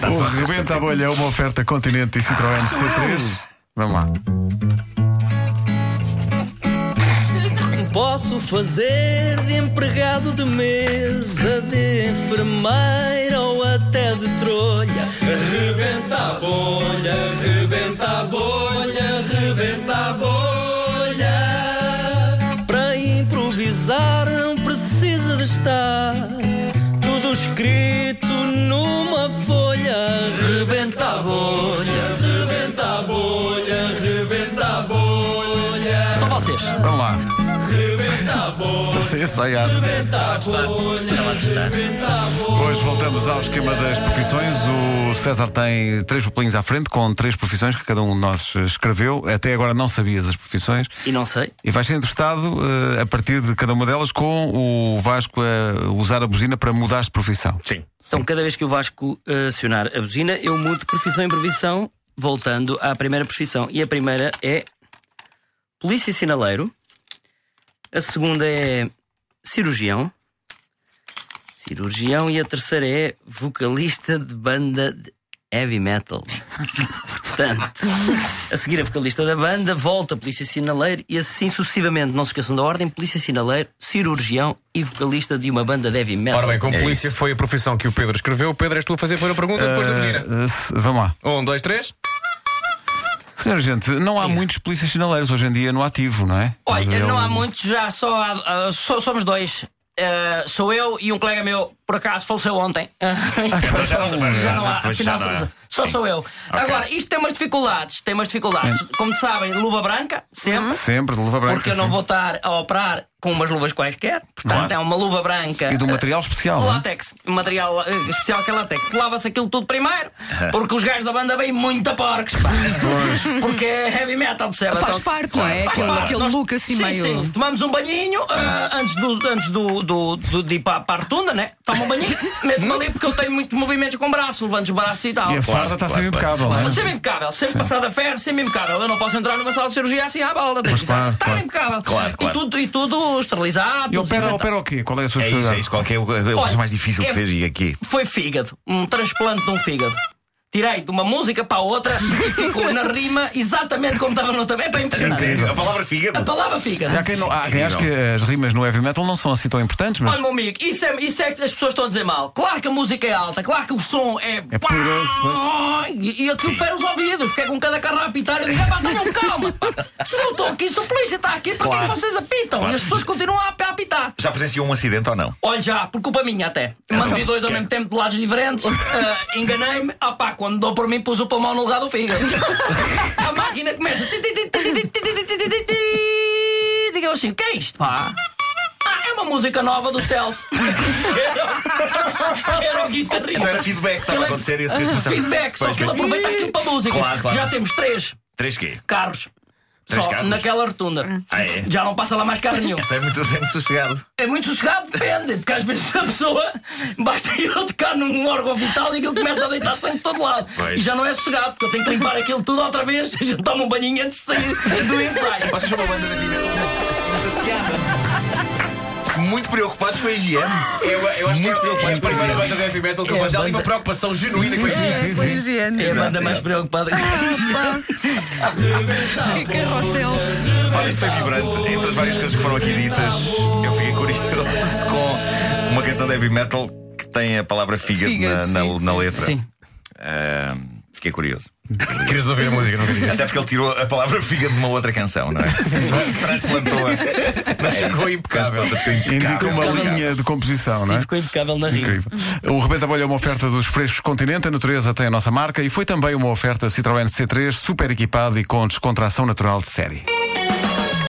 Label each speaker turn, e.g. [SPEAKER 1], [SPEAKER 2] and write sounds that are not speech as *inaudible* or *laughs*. [SPEAKER 1] Tá
[SPEAKER 2] O
[SPEAKER 1] só
[SPEAKER 2] Rebenta a Bolha é uma oferta Continente e Citroën C3. Vamos lá.
[SPEAKER 3] Posso fazer de empregado de mesa, de enfermeira ou até de trolha. Rebenta a bolha, rebenta a bolha, rebenta a bolha. Para improvisar não precisa de estar tudo escrito numa folha. Rebenta a bolha, rebenta a bolha, rebenta a bolha. Só vocês.
[SPEAKER 2] Vamos lá. Sim, ensaiado. Hoje voltamos ao esquema das profissões. O César tem três papelinhos à frente, com três profissões que cada um de nós eh, escreveu. Até agora não sabias as profissões.
[SPEAKER 3] E não sei.
[SPEAKER 2] E vais ser entrevistado eh, a partir de cada uma delas com o Vasco a usar a buzina para mudar de profissão.
[SPEAKER 1] Sim.
[SPEAKER 3] Então, cada vez que o Vasco eh, acionar a buzina, eu mudo de profissão em profissão, voltando à primeira profissão. E a primeira é polícia e sinaleiro. A segunda é cirurgião. Cirurgião. E a terceira é vocalista de banda de heavy
[SPEAKER 1] *laughs*
[SPEAKER 3] metal. Portanto, a seguir a vocalista da banda, volta a polícia sinaleiro e assim sucessivamente, não se esqueçam da ordem, polícia sinaleiro, cirurgião e vocalista de uma banda de heavy metal.
[SPEAKER 1] Ora bem, como polícia foi a profissão que o Pedro escreveu, Pedro, és tu a fazer a primeira pergunta depois da buzina.
[SPEAKER 2] Eh, eh, se- vamos lá.
[SPEAKER 1] Um, dois, três.
[SPEAKER 2] Senhora gente, não há muitos polícias sinaleiros hoje em dia no ativo, não é?
[SPEAKER 3] Olha,
[SPEAKER 2] Eu-
[SPEAKER 3] não há muitos, já só, há- ah, só- somos dois. Ah, sou eu e um colega meu, por acaso faleceu ontem. *laughs* Então já, não, há,
[SPEAKER 1] já, pois
[SPEAKER 3] afinal,
[SPEAKER 1] já não
[SPEAKER 3] só,
[SPEAKER 1] há.
[SPEAKER 3] só sou eu. Agora, isto tem umas dificuldades, tem umas dificuldades. Como sabem, luva branca, sempre,
[SPEAKER 2] Sempre, de luva Uhum. branca.
[SPEAKER 3] porque eu não
[SPEAKER 2] sim.
[SPEAKER 3] vou estar a operar com umas luvas quaisquer. Portanto,
[SPEAKER 2] Claro.
[SPEAKER 3] é uma luva branca.
[SPEAKER 2] E de um
[SPEAKER 3] ah,
[SPEAKER 2] material especial. não é?
[SPEAKER 3] Látex, um material eh, especial que é látex. Lava-se aquilo
[SPEAKER 2] *laughs*
[SPEAKER 3] tudo primeiro, porque os gajos da banda vêm muito a porcos, pá. Porque é heavy metal, percebe?
[SPEAKER 4] Faz
[SPEAKER 3] Então,
[SPEAKER 4] parte, não é?
[SPEAKER 3] faz
[SPEAKER 4] Aquele,
[SPEAKER 3] parte.
[SPEAKER 4] aquele
[SPEAKER 3] Nós-
[SPEAKER 4] look assim
[SPEAKER 3] sim,
[SPEAKER 4] meio.
[SPEAKER 3] Sim, tomamos um banhinho ah, antes, do, antes do, do, do- de ir para, para a rotunda, né? Toma
[SPEAKER 2] *laughs*
[SPEAKER 3] um banhinho, meto-me ali porque eu tenho muitos movimentos com o braço, levanto os braços e tal.
[SPEAKER 2] E é a farda está sempre impecável, não
[SPEAKER 3] Mas
[SPEAKER 2] é?
[SPEAKER 3] sempre impecável, sempre passada a ferro, sempre impecável. Eu não posso entrar numa sala de cirurgia assim à balda. Tem que estar
[SPEAKER 2] claro,
[SPEAKER 3] estar
[SPEAKER 2] claro.
[SPEAKER 3] impecável.
[SPEAKER 5] Claro, claro.
[SPEAKER 3] E, tudo, e tudo esterilizado.
[SPEAKER 2] E
[SPEAKER 3] tudo
[SPEAKER 2] opera,
[SPEAKER 3] desinfetado.
[SPEAKER 2] opera o quê? Qual é a sua
[SPEAKER 5] É isso, é
[SPEAKER 2] especialidade?
[SPEAKER 5] isso. Qual que é o- a coisa
[SPEAKER 3] Olha,
[SPEAKER 5] mais difícil
[SPEAKER 3] é-
[SPEAKER 5] que fez e aqui?
[SPEAKER 3] foi fígado, um transplante de um fígado. Tirei de uma música para a outra e ficou na rima exatamente como estava no tabela. É bem impressionante.
[SPEAKER 5] A palavra
[SPEAKER 3] A
[SPEAKER 5] fígado.
[SPEAKER 3] palavra fígado.
[SPEAKER 2] Há quem, não, há quem acha que as rimas no heavy metal não são assim tão importantes, mas.
[SPEAKER 3] Olha, meu amigo, isso é, isso é que as pessoas estão a dizer mal. Claro que a música é alta, claro que o som é.
[SPEAKER 2] É poderoso,
[SPEAKER 3] E, e atrofero os ouvidos, porque é com cada carro a apitar. Eu digo, "Ah, pá, tenham calma. pá. Se eu estou aqui, se a polícia está aqui, para que é que vocês apitam? E as pessoas continuam a ap- a apitar.
[SPEAKER 5] Já presenciou um acidente ou não?
[SPEAKER 3] Olha já, por culpa minha até. Mandei dois ao mesmo tempo de lados diferentes. ah, Enganei-me. Ah pá, quando dou por mim, pus o pulmão no lugar do fígado. *laughs* a máquina começa. ti, ti, ti, ti, ti, ti, ti, ti, ti, ti, ti, ti. Digo eu assim: o que é isto, pá? Ah, é uma música nova do
[SPEAKER 5] *laughs*
[SPEAKER 3] Celso. que era o guitarrista.
[SPEAKER 5] *laughs* Então era feedback que estava
[SPEAKER 3] Aquilo
[SPEAKER 5] a
[SPEAKER 3] é-
[SPEAKER 5] acontecer e eu começava-
[SPEAKER 3] Feedback, só
[SPEAKER 5] Pois
[SPEAKER 3] que ele
[SPEAKER 5] bem.
[SPEAKER 3] aproveita aquilo para a música.
[SPEAKER 5] Claro, claro.
[SPEAKER 3] Já temos três
[SPEAKER 5] Três quê?
[SPEAKER 3] carros.
[SPEAKER 5] Três
[SPEAKER 3] só
[SPEAKER 5] carros?
[SPEAKER 3] naquela rotunda.
[SPEAKER 5] Ah, é?
[SPEAKER 3] Já não passa lá mais carro nenhum.
[SPEAKER 5] Está muito, *laughs* está muito sossegado.
[SPEAKER 3] É muito sossegado, depende, porque às vezes a pessoa basta ir a tocar num órgão vital e aquilo começa a deitar sangue de todo lado.
[SPEAKER 5] Pois.
[SPEAKER 3] E já não é sossegado, porque eu tenho que limpar aquilo tudo outra vez, *laughs* já tomo um banhinho antes de sair do ensaio.
[SPEAKER 5] Vocês são uma banda de heavy metal muito associada. Muito preocupados com a higiene.
[SPEAKER 6] Eu, eu acho que é, é a primeira banda de heavy metal que eu
[SPEAKER 3] É a
[SPEAKER 6] vejo. Há ali uma
[SPEAKER 3] banda-
[SPEAKER 6] preocupação genuína com isso.
[SPEAKER 4] É, foi higiene. *laughs*
[SPEAKER 3] É a banda mais preocupada.
[SPEAKER 4] Que carrossel.
[SPEAKER 5] Olha, isto foi vibrante. Entre as várias coisas que foram aqui ditas, eu fiquei curioso com uma canção de heavy metal que tem a palavra fígado,
[SPEAKER 4] Fígado,
[SPEAKER 5] na, na-
[SPEAKER 4] sim,
[SPEAKER 5] na
[SPEAKER 4] sim.
[SPEAKER 5] letra.
[SPEAKER 3] Sim.
[SPEAKER 5] Ah, fiquei curioso.
[SPEAKER 1] Querias ouvir a música, não querias?
[SPEAKER 5] Até porque ele tirou a palavra fígado de uma outra canção, não é? Transplantou-a. É Mas
[SPEAKER 6] ficou impecável.
[SPEAKER 2] Indica uma
[SPEAKER 5] impecável.
[SPEAKER 2] linha de composição, não é?
[SPEAKER 3] ficou impecável na rima.
[SPEAKER 2] Incrível.
[SPEAKER 3] Uhum.
[SPEAKER 2] O Rebenta Bolha é uma oferta dos Frescos Continente, a natureza tem a nossa marca e foi também uma oferta Citroën C3 super equipada e com descontração natural de série.